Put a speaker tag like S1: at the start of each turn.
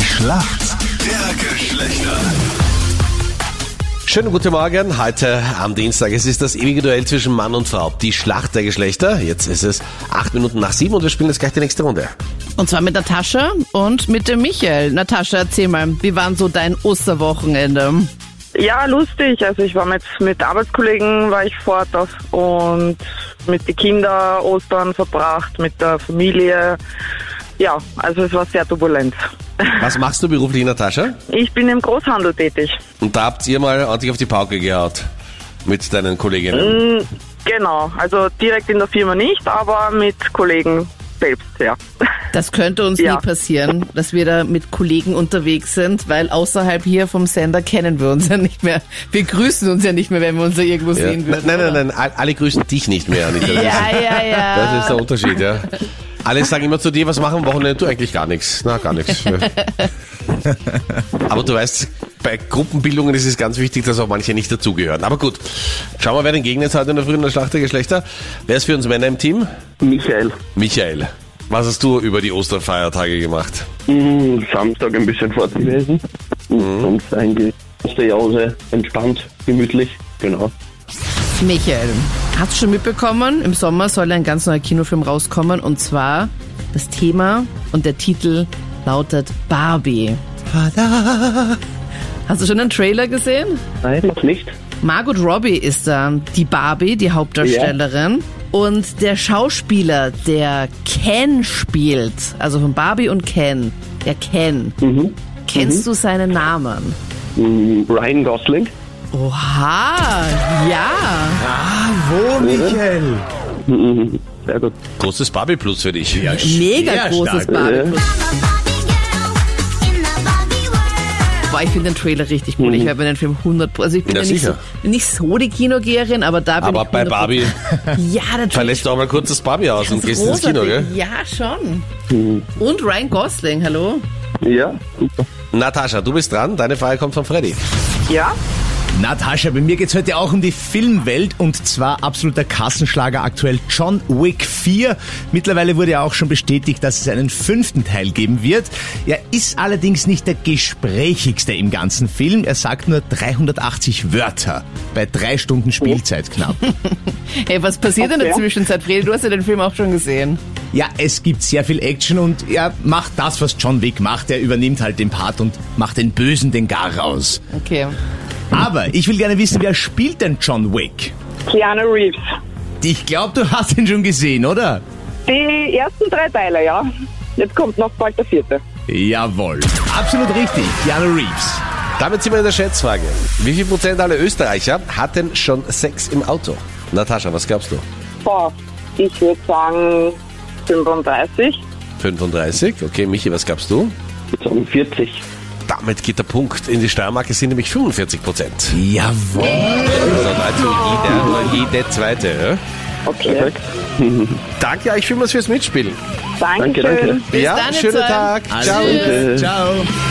S1: Schlacht der Geschlechter.
S2: Schönen guten Morgen, heute am Dienstag. Es ist das ewige Duell zwischen Mann und Frau. Die Schlacht der Geschlechter. Jetzt ist es acht Minuten nach sieben und wir spielen jetzt gleich die nächste Runde.
S3: Und zwar mit Natascha und mit dem Michael. Natascha, erzähl mal, wie war denn so dein Osterwochenende?
S4: Ja, lustig. Also ich war mit, mit Arbeitskollegen war ich fort auf und mit den Kindern Ostern verbracht, mit der Familie. Ja, also es war sehr turbulent.
S2: Was machst du beruflich, Natascha?
S4: Ich bin im Großhandel tätig.
S2: Und da habt ihr mal ordentlich auf die Pauke gehaut mit deinen Kolleginnen.
S3: Äh,
S4: Mm, Genau, also direkt in der Firma nicht, aber mit Kollegen selbst, ja.
S3: Das könnte uns
S4: Ja.
S3: nie passieren, dass wir da mit Kollegen unterwegs sind, weil außerhalb hier vom Sender kennen wir uns ja nicht mehr. Wir grüßen uns ja nicht mehr, wenn wir uns da irgendwo
S2: Ja.
S3: sehen
S2: Nein,
S3: würden.
S2: nein, nein, nein, all- alle grüßen dich nicht mehr, Anita. Das
S3: Ja, ja, ja.
S2: Das ist der Unterschied, ja. Alle sagen immer zu dir, was machen am Wochenende? Du eigentlich gar nichts. Na, gar nichts. Ja. Aber du weißt, bei Gruppenbildungen ist es ganz wichtig, dass auch manche nicht dazugehören. Aber gut, schauen wir, wer den Gegner ist heute in der frühen Schlacht der Geschlechter. Wer ist für uns Männer im Team?
S5: Michael.
S2: Michael. Was hast du über die Osterfeiertage gemacht?
S5: Hm, Samstag ein bisschen fort gewesen. Und eigentlich aus der Jause entspannt, gemütlich. Genau.
S3: Michael, hast du schon mitbekommen, im Sommer soll ein ganz neuer Kinofilm rauskommen und zwar das Thema und der Titel lautet Barbie. Hast du schon einen Trailer gesehen?
S5: Nein, noch nicht.
S3: Margot Robbie ist da, die Barbie, die Hauptdarstellerin. Und der Schauspieler, der Ken spielt, also von Barbie und Ken, der Ken.
S2: Mhm.
S3: Kennst du seinen Namen?
S5: Hm, Ryan Gosling.
S3: Oha, ja.
S6: Wo, Michael?
S5: Hm, sehr gut.
S2: Großes Barbie Plus für dich. Ja,
S3: Mega großes Barbie.
S5: Äh,
S3: Boah, ich finde den Trailer richtig gut. Ich habe den Film 100 Also ich bin
S2: Mhm. Ja,
S3: ja, nicht, so,
S2: sicher.
S3: nicht so die Kinogeherin, aber da bin
S2: Aber
S3: ich
S2: bei
S3: 100%.
S2: Barbie
S3: Ja, natürlich.
S2: verlässt du auch mal kurz das Barbie aus und gehst ins Kino, gell? Mhm.
S3: Ja, schon. Und Ryan Gosling, hallo.
S5: ja, super.
S2: Natascha, du bist dran. Deine Frage kommt von Freddy.
S4: Ja,
S6: Natascha, bei mir geht's heute auch um die Filmwelt und zwar absoluter Kassenschlager aktuell John Wick 4. Mittlerweile wurde ja auch schon bestätigt, dass es einen fünften Teil geben wird. Er ist allerdings nicht der gesprächigste im ganzen Film. Er sagt nur 380 Wörter bei drei Stunden Spielzeit knapp.
S3: Hey, was passiert in der
S4: Okay.
S3: Zwischenzeit, Fred? Du hast ja den Film auch schon gesehen.
S6: Ja, es gibt sehr viel Action und er macht das, was John Wick macht. Er übernimmt halt den Part und macht den Bösen den Gar raus.
S3: Okay.
S6: Aber ich will gerne wissen, wer spielt denn John Wick?
S4: Keanu Reeves.
S6: Ich glaube, du hast ihn schon gesehen, oder?
S4: Die ersten drei Teile, ja. Jetzt kommt noch bald der vierte.
S6: Jawohl. Absolut richtig, Keanu Reeves.
S2: Damit sind wir in der Schätzfrage. Wie viel Prozent aller Österreicher hatten schon Sex im Auto? Natascha, was glaubst du?
S4: Boah, ich würde sagen 35.
S2: 35. Okay, Michi, was glaubst du?
S5: Ich würd sagen 40.
S2: Damit geht der Punkt. In die Steiermark es sind nämlich 45 Prozent.
S6: Jawohl.
S2: Also nahezu jeder oder jede zweite. Ja?
S4: Okay,
S2: Danke euch vielmals fürs Mitspielen.
S4: danke
S5: Danke, danke.
S4: schön.
S2: ja,
S3: dann, ihr
S2: schönen
S3: zwei.
S2: Tag.
S6: Ciao. Ciao.